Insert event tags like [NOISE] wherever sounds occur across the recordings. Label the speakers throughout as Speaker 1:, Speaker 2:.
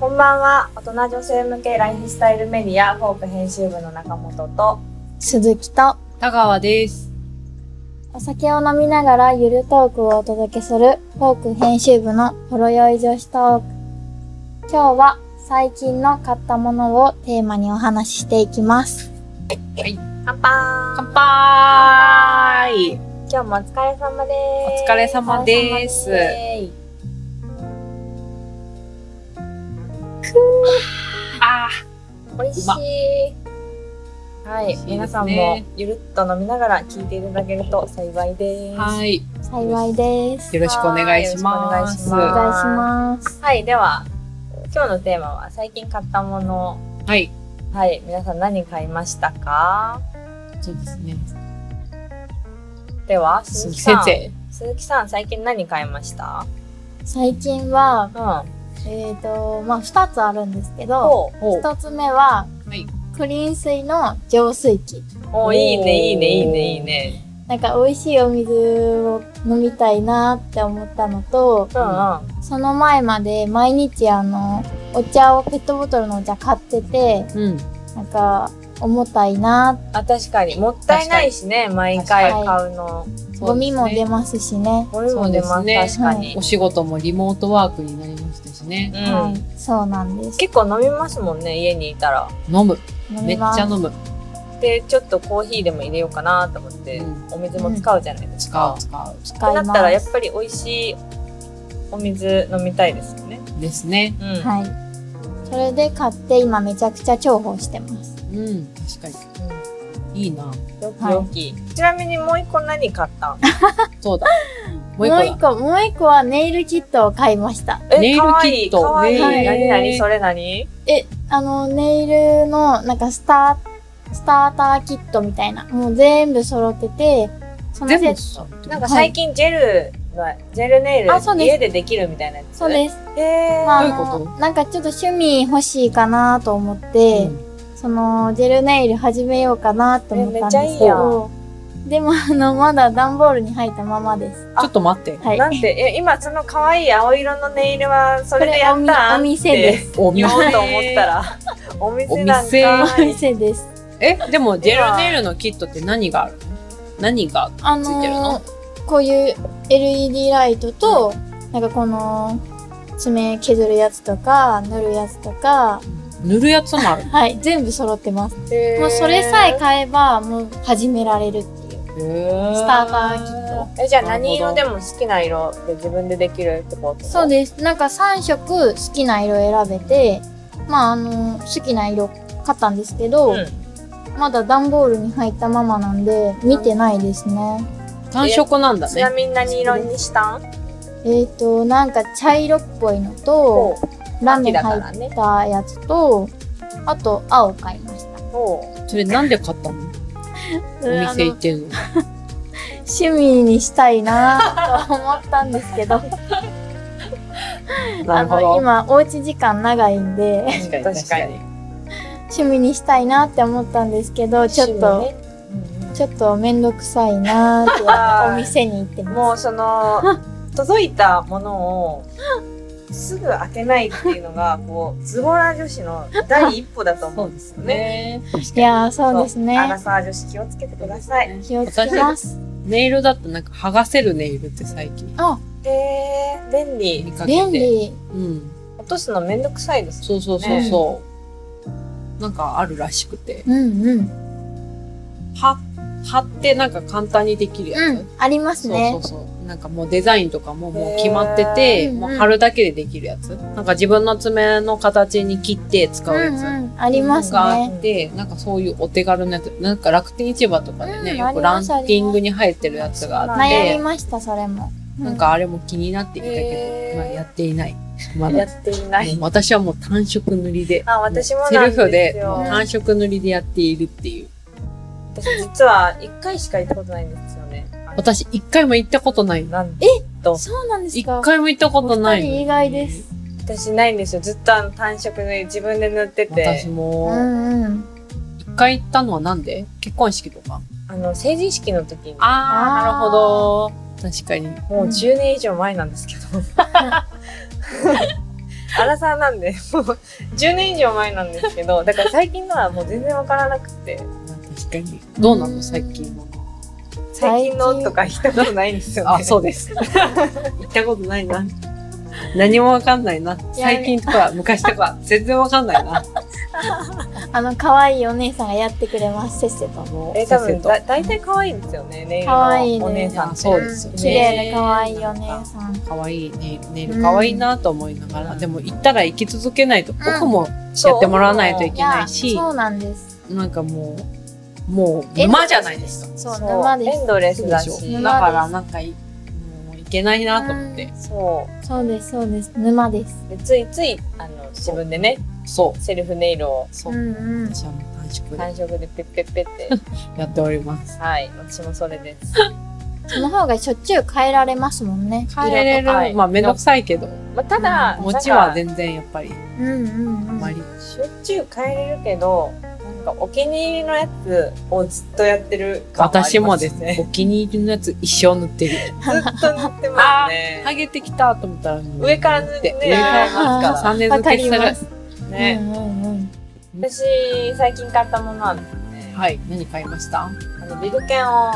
Speaker 1: こんばんは大人女性向けライフスタイルメディアフォーク編集部の中本と
Speaker 2: 鈴木と
Speaker 3: 田川です。
Speaker 2: お酒を飲みながらゆるトークをお届けするフォーク編集部のほろ酔い女子トーク。今日は最近の買ったものをテーマにお話ししていきます。
Speaker 1: 乾杯
Speaker 3: 乾杯
Speaker 1: 今日もお疲れ様で
Speaker 3: お
Speaker 1: す
Speaker 3: 疲れ様です。
Speaker 1: イエーイ
Speaker 3: あ
Speaker 1: 美味しいはい、
Speaker 3: 美味しいですね
Speaker 1: 皆さんもゆるっと飲みながら聞いていただけると幸いです
Speaker 3: ーはい。
Speaker 2: 幸いです。
Speaker 3: よろしくお願いします。
Speaker 1: はいよろしくお願いし
Speaker 2: お
Speaker 1: ま
Speaker 2: 願いします。
Speaker 1: はい、では今日のテーマは最近買ったもの
Speaker 3: はい。
Speaker 1: はい、皆さん何買いましたか
Speaker 3: そうですね。
Speaker 1: では、鈴
Speaker 3: 鈴
Speaker 1: 木
Speaker 3: 木
Speaker 1: さん。
Speaker 3: 先生。
Speaker 1: 鈴木さん、最近何買いました
Speaker 2: 最近は、
Speaker 1: うん。
Speaker 2: えっ、と、まあ、二つあるんですけど、
Speaker 1: お
Speaker 3: ほう。
Speaker 2: 一つ目は、
Speaker 3: はい
Speaker 2: クリーン水の浄水器。
Speaker 1: お
Speaker 3: お
Speaker 1: ーいいね、いいね、いいね、いいね。
Speaker 2: なんか美味しいお水を飲みたいなって思ったのと、
Speaker 1: うんうん。
Speaker 2: その前まで毎日あのお茶をペットボトルのお茶買ってて
Speaker 3: うん。
Speaker 2: なんか重たいな
Speaker 1: あ、確かに。もったいないしね、毎回買うの。
Speaker 2: ゴミも出
Speaker 3: ま
Speaker 2: ますしね
Speaker 1: ゴミも出ます、
Speaker 3: そうです
Speaker 1: 確かに。
Speaker 3: お仕事もリモートワークになりましたしね。
Speaker 1: う
Speaker 2: は
Speaker 1: ん。
Speaker 2: いそうなんです
Speaker 1: 結構飲みますもんね、家にいたら。
Speaker 3: 飲む。
Speaker 2: 飲
Speaker 3: め
Speaker 2: み
Speaker 3: っち
Speaker 2: ま
Speaker 3: ゃ
Speaker 2: す
Speaker 3: 飲む。
Speaker 1: で、ちょっとコーヒーでも入れようかなと思って
Speaker 3: う、
Speaker 1: お水も使うじゃないです
Speaker 3: 使
Speaker 1: か
Speaker 3: う、。使
Speaker 2: 使い
Speaker 1: って
Speaker 2: ます
Speaker 1: なったら、やっぱり美味しいお水飲みたいですよね。
Speaker 3: う。ですね。
Speaker 1: うん。
Speaker 2: はいそれで買って今めちゃくちゃ重宝してます
Speaker 3: うん。確かに。いいな。
Speaker 1: よきよき。ちなみにもう一個何買ったん
Speaker 3: そうだ。も
Speaker 2: も
Speaker 3: う
Speaker 2: う
Speaker 3: 一個
Speaker 2: 一
Speaker 3: だ。
Speaker 2: 個もう一個はネイルキットを買いました
Speaker 1: え
Speaker 3: ネイルキ
Speaker 1: かわいい
Speaker 3: ット
Speaker 1: かわいい。
Speaker 2: ね
Speaker 1: 何何それ何
Speaker 2: えあのネイルのなんかスタースターターキットみたいなもう全部揃っててその
Speaker 3: 全
Speaker 2: セ
Speaker 3: 部
Speaker 2: ット
Speaker 3: そう。
Speaker 1: なんか最近ジェルの、ジェルネイル
Speaker 2: あそうです
Speaker 1: 家でできるみたいなやつ。
Speaker 2: そうです
Speaker 1: へえ。
Speaker 2: まあ、あ
Speaker 3: どういうこ
Speaker 2: のなんかちょっと趣味欲しいかなと思って、
Speaker 3: うん
Speaker 2: そのジェルネイル始めようかなと思ったんです
Speaker 1: えめっちゃいい
Speaker 2: け
Speaker 1: や
Speaker 2: どでもあのまだ段ボールに入ったままです
Speaker 3: ちょっと待って。
Speaker 2: はい
Speaker 1: なんて、え、今その可愛い青色のネイルはそ
Speaker 2: こ
Speaker 1: れでや
Speaker 2: お
Speaker 1: っ
Speaker 2: み
Speaker 1: たん。
Speaker 2: お店ですす
Speaker 3: お
Speaker 1: 見
Speaker 3: 見
Speaker 1: よ
Speaker 3: 事
Speaker 1: うと思ったら、お店なん
Speaker 3: お
Speaker 2: お
Speaker 1: かい。
Speaker 2: 店です
Speaker 3: えでもジェルネイルのキットって何があるの何が
Speaker 2: あ
Speaker 3: ついてる
Speaker 2: の
Speaker 3: の
Speaker 2: こういう LED ライトと、なんかこの爪削るやつとか塗るやつとか
Speaker 3: 塗るやつもある
Speaker 2: はい全部揃ってます
Speaker 1: へー
Speaker 2: もうそれさえ買えばもう始められるっていう
Speaker 3: ス
Speaker 2: スターターキット
Speaker 1: え、じゃあ何色でも好きな色で自分でできるってこと
Speaker 2: そうです。なんか3色好きな色選べて、まああの好きな色買ったんですけど、
Speaker 1: うん
Speaker 2: まだ段ボールに入ったままなんで見てないですね。
Speaker 3: 単色なんだ
Speaker 1: ちな
Speaker 3: ね
Speaker 1: みに何色にしたん
Speaker 2: えっ、ー、となんか茶色っぽいのと
Speaker 1: ほ
Speaker 2: ラメ
Speaker 1: 秋だ
Speaker 2: 入
Speaker 1: からね
Speaker 2: ったやつと、あと青買いました。
Speaker 1: うほう
Speaker 3: それなんで買ったのお
Speaker 2: それあ
Speaker 3: 店行
Speaker 2: の
Speaker 3: ってんの
Speaker 2: 趣味にしたいなと思ったんですけどあの今おうち時間長いんで
Speaker 1: 確かに確かに
Speaker 2: 趣味にしたいなって思ったんですけどちょっと。
Speaker 1: 趣味ね
Speaker 2: ちょっとめんどくさいなーって
Speaker 1: あー
Speaker 2: お店に行って
Speaker 1: も
Speaker 2: ま
Speaker 1: うそ
Speaker 3: [LAUGHS]
Speaker 1: の届いたものをすぐ開けないっていうのがこ
Speaker 3: [LAUGHS]
Speaker 1: うズボラ女子の第一歩だと思
Speaker 3: そううんで
Speaker 1: です
Speaker 3: す
Speaker 1: よね。
Speaker 3: ね
Speaker 2: す。いやーそうです
Speaker 1: アラ
Speaker 2: ね。
Speaker 1: サー女子気をつけてください。
Speaker 2: 気をつけます。
Speaker 3: ネイルだとなんか剥がせるネイルって最近
Speaker 1: えー、便利
Speaker 3: 見。かけて
Speaker 2: 便利。
Speaker 3: うん
Speaker 1: 落とすのめんどくさいです。
Speaker 3: そうそうそうそうなんかあるらしくて
Speaker 2: うんうん。
Speaker 3: は貼ってなんか簡単にできるやつ、
Speaker 2: うん、あります
Speaker 3: そ
Speaker 2: ね
Speaker 3: う。そうそう。なんかもうデザインとかももう決まってて、
Speaker 2: へー
Speaker 3: もう貼るだけでできるやつ。なんか自分の爪の形に切って使
Speaker 2: う
Speaker 3: うや
Speaker 2: ん
Speaker 3: つ。
Speaker 2: うん。あります
Speaker 3: があ
Speaker 2: ね。
Speaker 3: って、なんかそういうお手軽なやつ、なんか楽天市場とかでね、
Speaker 2: うん
Speaker 3: よくランティングに入ってるやつがあっ
Speaker 2: 悩み
Speaker 3: て、
Speaker 2: ましたそれも。う
Speaker 3: なんかあれも気になっていたけど、
Speaker 1: へー
Speaker 3: まあやっていない。ま
Speaker 1: や
Speaker 3: だ。
Speaker 1: っていない。
Speaker 3: もう私はもう単色塗りで。
Speaker 1: あ、私も
Speaker 3: セ
Speaker 1: なん
Speaker 3: ル
Speaker 1: ですよ
Speaker 3: フでもう
Speaker 2: うん
Speaker 3: 単色塗りでやっているっていう。
Speaker 1: 私実は一回しか行ったことないんですよね。あの
Speaker 3: 私一回も行ったことない。
Speaker 1: なん
Speaker 2: そうなんです
Speaker 3: 一
Speaker 2: か。
Speaker 3: 回も行ったことないの
Speaker 2: お二
Speaker 3: に。
Speaker 2: 人意外です。
Speaker 1: 私ないんですよ。ずっとあの単色で自分で塗って
Speaker 3: 私
Speaker 1: て、
Speaker 2: う
Speaker 3: も。
Speaker 2: んうん。
Speaker 3: 一回行ったのはなんで結婚式とか。
Speaker 1: あの成人式の時に、
Speaker 2: あー
Speaker 3: あなるほど。確かに。
Speaker 1: もう10年以上前なんですけど。アラサーなんで、もう10年以上前なんですけど、だから最近のはもう全然わからなくて、
Speaker 3: 確かに。どうなの最近は。
Speaker 1: 最近のとか言ったことないんですよね。
Speaker 3: あ、そうです。行ったことないな。何もわかんないな。最近とか昔とか全然わかんないな。
Speaker 2: あの、可愛いお姉さんがやってくれます、せっせと。
Speaker 3: の
Speaker 1: え、多分だ、大体可愛いんですよね、ネイルのお姉さんって。
Speaker 3: そうですよね
Speaker 2: 綺麗で可愛いお姉さん。
Speaker 3: 可愛いネイル、ネイル可愛いなと思いながら、でも行ったら行き続けないと、僕もやってもらわないとい
Speaker 2: い
Speaker 3: けな
Speaker 2: や、
Speaker 3: いし、
Speaker 2: そうなんです。
Speaker 3: なんかもう、もう沼じゃないですか。
Speaker 2: そう、
Speaker 1: そう
Speaker 2: 沼で
Speaker 1: エンドレスだ
Speaker 3: そう
Speaker 1: し
Speaker 3: でしょ
Speaker 2: 沼
Speaker 3: だからなんかい、もう行けないなと思って。
Speaker 1: そうそ
Speaker 2: す。そうです、そうです。沼です。
Speaker 1: うでついついあの自分でね
Speaker 3: そう。
Speaker 1: セルフネイルを
Speaker 3: そうう。
Speaker 2: んうん。
Speaker 3: 私はもう短縮で
Speaker 1: 単色でペッペッペって
Speaker 3: やっております。
Speaker 1: はい私もそれです
Speaker 2: その方がしょっちゅう変えられますもんね。
Speaker 3: 帰れる
Speaker 1: 色とはい、
Speaker 3: まあめんどくさいけど、
Speaker 1: まあ、ただ、
Speaker 3: 持ちは
Speaker 1: なんか
Speaker 3: 全然やっぱり、
Speaker 2: うんうんう
Speaker 3: あ
Speaker 2: ん。
Speaker 3: まり。
Speaker 1: しょっちゅう変えれるけどなんかお気に入りのやつをずっとやってる感はあ
Speaker 3: 私
Speaker 1: り
Speaker 3: も
Speaker 1: ま
Speaker 3: ですね、
Speaker 1: ね
Speaker 3: お気に入りのやつ一生塗ってる。
Speaker 1: ずっと塗ってますね
Speaker 3: ハゲてきたと思ったら、もう
Speaker 1: 上から塗って
Speaker 3: 上
Speaker 1: ね
Speaker 3: から
Speaker 1: ますか
Speaker 3: 3年
Speaker 2: わ
Speaker 3: 付
Speaker 2: か
Speaker 3: け
Speaker 2: り
Speaker 3: す
Speaker 2: ま
Speaker 3: る。
Speaker 2: す。
Speaker 1: ら
Speaker 2: う
Speaker 1: ね、
Speaker 2: んうんうん。
Speaker 1: 私最近買ったものはですね、
Speaker 3: はい、何買いました
Speaker 1: あのビルケンを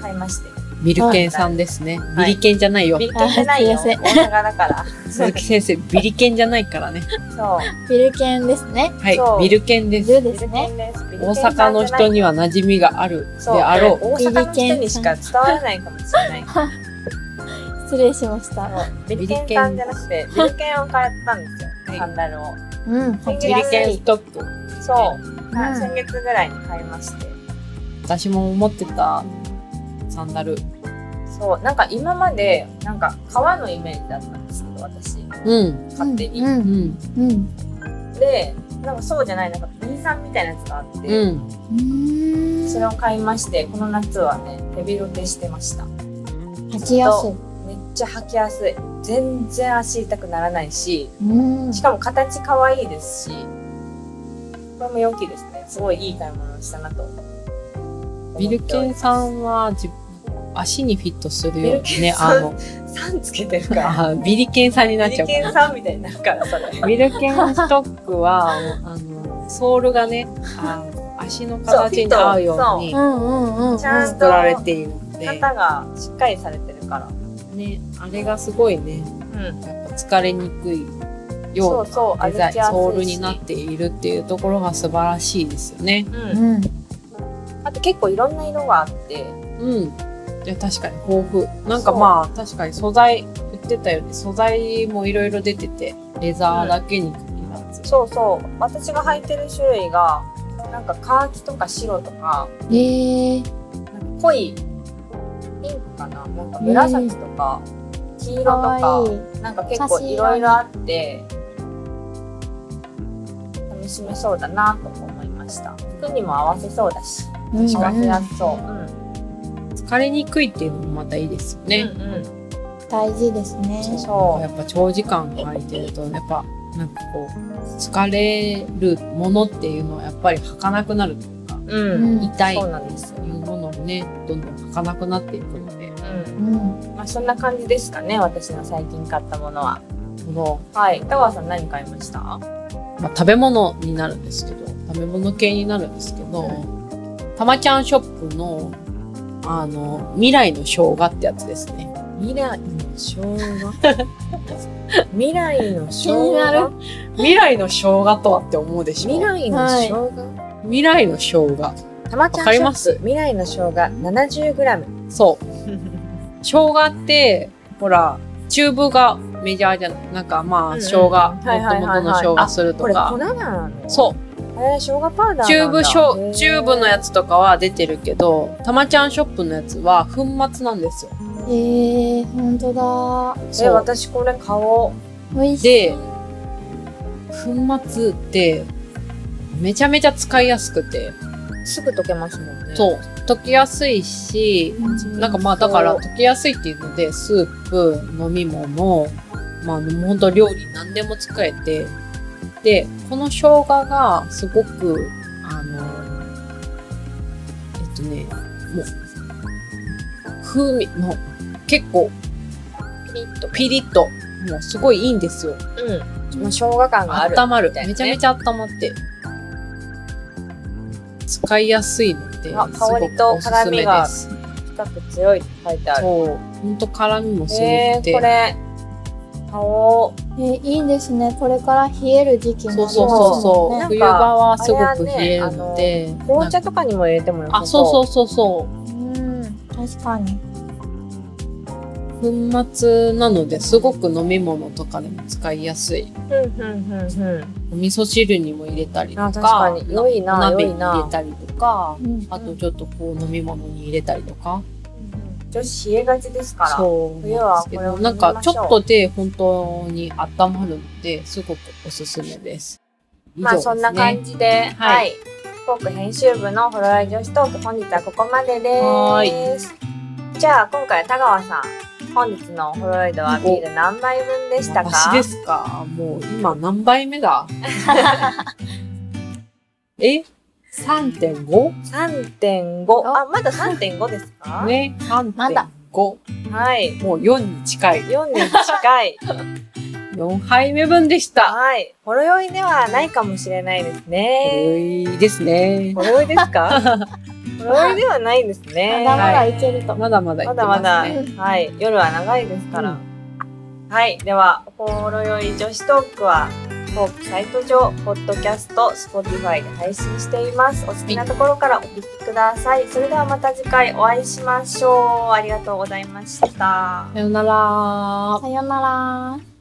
Speaker 1: 買いまして
Speaker 3: ビルケンさんですね。ビリケンじゃないよ
Speaker 1: ビ。ルケンじゃないよ
Speaker 2: あすい
Speaker 1: 大
Speaker 2: ま
Speaker 1: 阪だから
Speaker 3: 鈴木先生、ビリケンじゃないからね。
Speaker 1: そう
Speaker 2: ビルケンですね。
Speaker 3: はい
Speaker 1: そ、う
Speaker 3: ビルケンです。
Speaker 2: ル
Speaker 1: ビ
Speaker 2: で
Speaker 1: ル
Speaker 2: す
Speaker 1: ケン
Speaker 2: ね。
Speaker 1: ですビルケ
Speaker 3: 大
Speaker 1: ンさんじゃない
Speaker 3: 阪の人には馴染みがあるで
Speaker 1: そう
Speaker 3: あろう。
Speaker 1: 大阪の人にしか伝わらないかもしれない
Speaker 3: [LAUGHS]
Speaker 2: 失礼しました。
Speaker 1: そうビリケンさんじゃなくてビリケンを買ったんですよ、
Speaker 3: はい
Speaker 1: サンダルを
Speaker 2: うん、
Speaker 1: ビル
Speaker 3: ビ
Speaker 1: ケ
Speaker 3: リ
Speaker 1: ン
Speaker 3: ケンストック。
Speaker 1: そう、
Speaker 2: うん
Speaker 1: 先月ぐらいに買いまして
Speaker 3: 私も持ってたサンダル。
Speaker 1: そうなんか今までなんか革のイメージだったんですけど私
Speaker 3: うん。
Speaker 1: 勝手に、
Speaker 2: う、
Speaker 3: うんん。
Speaker 2: うん。
Speaker 1: でなんかそうじゃないなんか B さんみたいなやつがあって、
Speaker 3: うん。
Speaker 2: うん。
Speaker 1: それを買いましてこの夏はねヘビロテしてました
Speaker 2: 履きやすい。
Speaker 1: めっちゃ履きやすい全然足痛くならないし
Speaker 2: うん。
Speaker 1: しかも形可愛いですし、これも良きですね。すごいいい買い物をしたなと思っており
Speaker 3: ビ
Speaker 1: ます。
Speaker 3: ルケンさんは自足にフィットするよう
Speaker 1: ビ
Speaker 3: に
Speaker 1: ルケ
Speaker 3: ね
Speaker 1: ン、さ
Speaker 3: あ
Speaker 1: ん
Speaker 3: の、
Speaker 1: さんつけてるから。
Speaker 3: あビリケンさんになっ
Speaker 1: ビ
Speaker 3: ちゃ
Speaker 1: ル
Speaker 3: うから
Speaker 1: ケンさんみたいになるから、それ。
Speaker 3: ミルケンストックは、あの、ソールがね、あの足の形に合うように
Speaker 2: うんうんうん。
Speaker 1: ちゃん
Speaker 3: 作られているので、
Speaker 1: 肩がしっかりされてるから。
Speaker 3: ね、あれがすごいね、
Speaker 1: うん。
Speaker 3: やっぱ疲れにくい
Speaker 1: そ
Speaker 3: よ
Speaker 1: うそう、
Speaker 3: うな
Speaker 1: 歩
Speaker 3: デ
Speaker 1: きや
Speaker 3: ザイ
Speaker 1: す
Speaker 3: ン、
Speaker 1: い
Speaker 3: ソールになっ
Speaker 1: して
Speaker 3: いるっていうところが素晴らしいですよね。
Speaker 1: う。
Speaker 2: うんん。
Speaker 1: あと結構いろんな色があって、
Speaker 3: うん。いや、確かに豊富。なんかまあ、確かに素材、言ってたよね、素材もいろいろ出てて、レザーだけに限らず。
Speaker 1: そうそう、私が履いてる種類が、なんかカーキとか白とか、
Speaker 2: えー、
Speaker 1: なんか濃いピンクかななんか紫とか、黄色と
Speaker 2: か
Speaker 1: か
Speaker 2: わいい。
Speaker 1: なんか結構いろいろあって楽しめそうだなと思いました服にも合わせそうだし
Speaker 2: うん
Speaker 1: 合わせや
Speaker 2: うん
Speaker 1: すそう、うん
Speaker 3: 疲れにくいっていうのもまたいいですよね。
Speaker 1: うんうん
Speaker 2: 大事ですね。
Speaker 1: そう
Speaker 3: やっぱ長時間空いてるとやっぱなんかこう疲れるものっていうのはやっぱり履かなくなるというか
Speaker 1: うん、
Speaker 2: うん
Speaker 3: 痛い
Speaker 1: そうなんですよ
Speaker 3: いうものをねどんどん履かなくなっていくので
Speaker 1: う
Speaker 2: うん。
Speaker 1: んまあ、そんな感じですかね私の最近買ったものは
Speaker 3: この、
Speaker 1: はい田川さん何買いました
Speaker 3: まあ、食べ物になるんですけど食べ物系になるんですけど、
Speaker 1: う
Speaker 3: たまちゃんショップのあの未来の生姜ってやつですね
Speaker 1: 未来の生 [LAUGHS] 姜未来の生
Speaker 2: 気になる
Speaker 3: 未来の生姜とはって思うでしょ
Speaker 1: 未来の生姜、
Speaker 3: 未来の生姜
Speaker 1: たまちゃん
Speaker 3: わか
Speaker 1: シ
Speaker 3: り
Speaker 1: ョ
Speaker 3: ます
Speaker 1: ップ未来の生姜 70g
Speaker 3: そう。生姜って、ほら、チューブがメジャーじゃないなんか
Speaker 1: うん
Speaker 3: ま
Speaker 1: う
Speaker 3: あ、
Speaker 1: ん
Speaker 3: 生姜、も
Speaker 1: いはいはいは
Speaker 3: と
Speaker 1: い
Speaker 3: もとの生姜すると
Speaker 1: これ粉
Speaker 3: か。
Speaker 1: なの
Speaker 3: そ
Speaker 1: えー、生姜パウダーなん
Speaker 3: う。
Speaker 1: だ
Speaker 3: チューブしょ、チューブのや
Speaker 1: つ
Speaker 3: つとかは出てるけど、たまちゃんショップのやつは粉末なんですよ。
Speaker 2: えー、ほんとだ。
Speaker 1: え
Speaker 3: そう。
Speaker 1: 私これ買おう
Speaker 2: 美味しい。
Speaker 3: で、粉末って、めちゃめちゃ使いやすくて、
Speaker 1: すぐ溶けますもんね
Speaker 3: そう。溶きやすいし、
Speaker 2: うん
Speaker 3: なんかまあだから溶けやすいっていうので、スープ、飲み物、まあほんと料理何でも使えて、で、この生姜がすごく、あの、えっとね、もう、風味も結構、ピリッと、ピリッと、もうすごいいいんですよ。
Speaker 1: う、うん、まあ、生姜感がある。
Speaker 3: 温まる、
Speaker 1: みたいなね
Speaker 3: めちゃめちゃ温まって使いやすいので
Speaker 1: あ
Speaker 3: す
Speaker 1: 香
Speaker 3: ご
Speaker 1: り
Speaker 3: く
Speaker 1: と
Speaker 3: おすす
Speaker 1: 辛み
Speaker 3: め
Speaker 1: が
Speaker 3: です
Speaker 1: 深く強いって書いてある。
Speaker 3: そうほんと辛みもすごく
Speaker 1: え
Speaker 3: て、
Speaker 1: ー、これ、買おう。
Speaker 2: えーいいですね。これから冷える時期になり
Speaker 3: そう
Speaker 2: ますも
Speaker 3: そ
Speaker 2: ん
Speaker 1: な
Speaker 2: ね。
Speaker 3: うそうそう、
Speaker 1: んか
Speaker 3: 冬場はすごく
Speaker 1: あれはね
Speaker 3: 冷えるので、
Speaker 1: 紅茶とかにも入れてもよ
Speaker 3: あ
Speaker 1: さ
Speaker 3: そう
Speaker 1: そう。
Speaker 3: そうそうそう
Speaker 2: うん、確かに。
Speaker 3: 粉末なのですごく飲み物とかでも使いやすい
Speaker 1: そうそう。うんうんうんうん。
Speaker 3: お味噌汁にも入れたりとか
Speaker 1: あ確かに良いな
Speaker 3: お鍋
Speaker 1: 良い
Speaker 3: に
Speaker 1: な
Speaker 3: 入れたりとか
Speaker 2: うんうん
Speaker 3: あとちょっとこう飲み物に入れたりとか、
Speaker 1: 女子冷えがちですから。
Speaker 3: そう
Speaker 1: 冬
Speaker 3: なんで
Speaker 1: は
Speaker 3: す
Speaker 1: こ
Speaker 3: け
Speaker 1: れを
Speaker 3: ど
Speaker 1: 飲み
Speaker 3: な
Speaker 1: ましょうん
Speaker 3: かちょっとで本当に温まるのですごくおすすめです以上
Speaker 1: まあ
Speaker 3: です
Speaker 1: そんな感
Speaker 3: ね
Speaker 1: じで、
Speaker 3: は
Speaker 1: はいい。フォーク編集部のホロライ女子トーク、本日はここまで
Speaker 3: は
Speaker 1: です。じゃあ、今回は田川さん、本日のホロライドはビール何杯分でしたか
Speaker 3: 私ですかもう今何杯目
Speaker 1: [LAUGHS]
Speaker 3: だえ ?3.5?
Speaker 1: ?3.5。あ、まだ3.5ですか、
Speaker 3: ね
Speaker 2: まだ
Speaker 3: ?3.5。
Speaker 1: はい。
Speaker 3: もう4に近い。
Speaker 1: 4に近い。
Speaker 3: 4杯目分でした。
Speaker 1: はい。ほろ酔いではないかもしれないです
Speaker 3: こ
Speaker 1: ね。
Speaker 3: れいいですね
Speaker 1: ほ。ろ酔いですかほろ酔いではないですね。
Speaker 2: まだまだいけると。
Speaker 3: まだまだい
Speaker 1: ま
Speaker 3: け
Speaker 1: だ
Speaker 3: ま
Speaker 1: ますだ、
Speaker 3: ね。
Speaker 1: はい、夜は長いですから。
Speaker 3: うん
Speaker 1: はい、では、ほろ酔い女子トークは、トークサイト上、ポッドキャスト、Spotify で配信しています。お好きなところからお聞きください。それではまた次回お会いしましょう。ありがとうございました。
Speaker 3: さよなら。
Speaker 2: さよなら。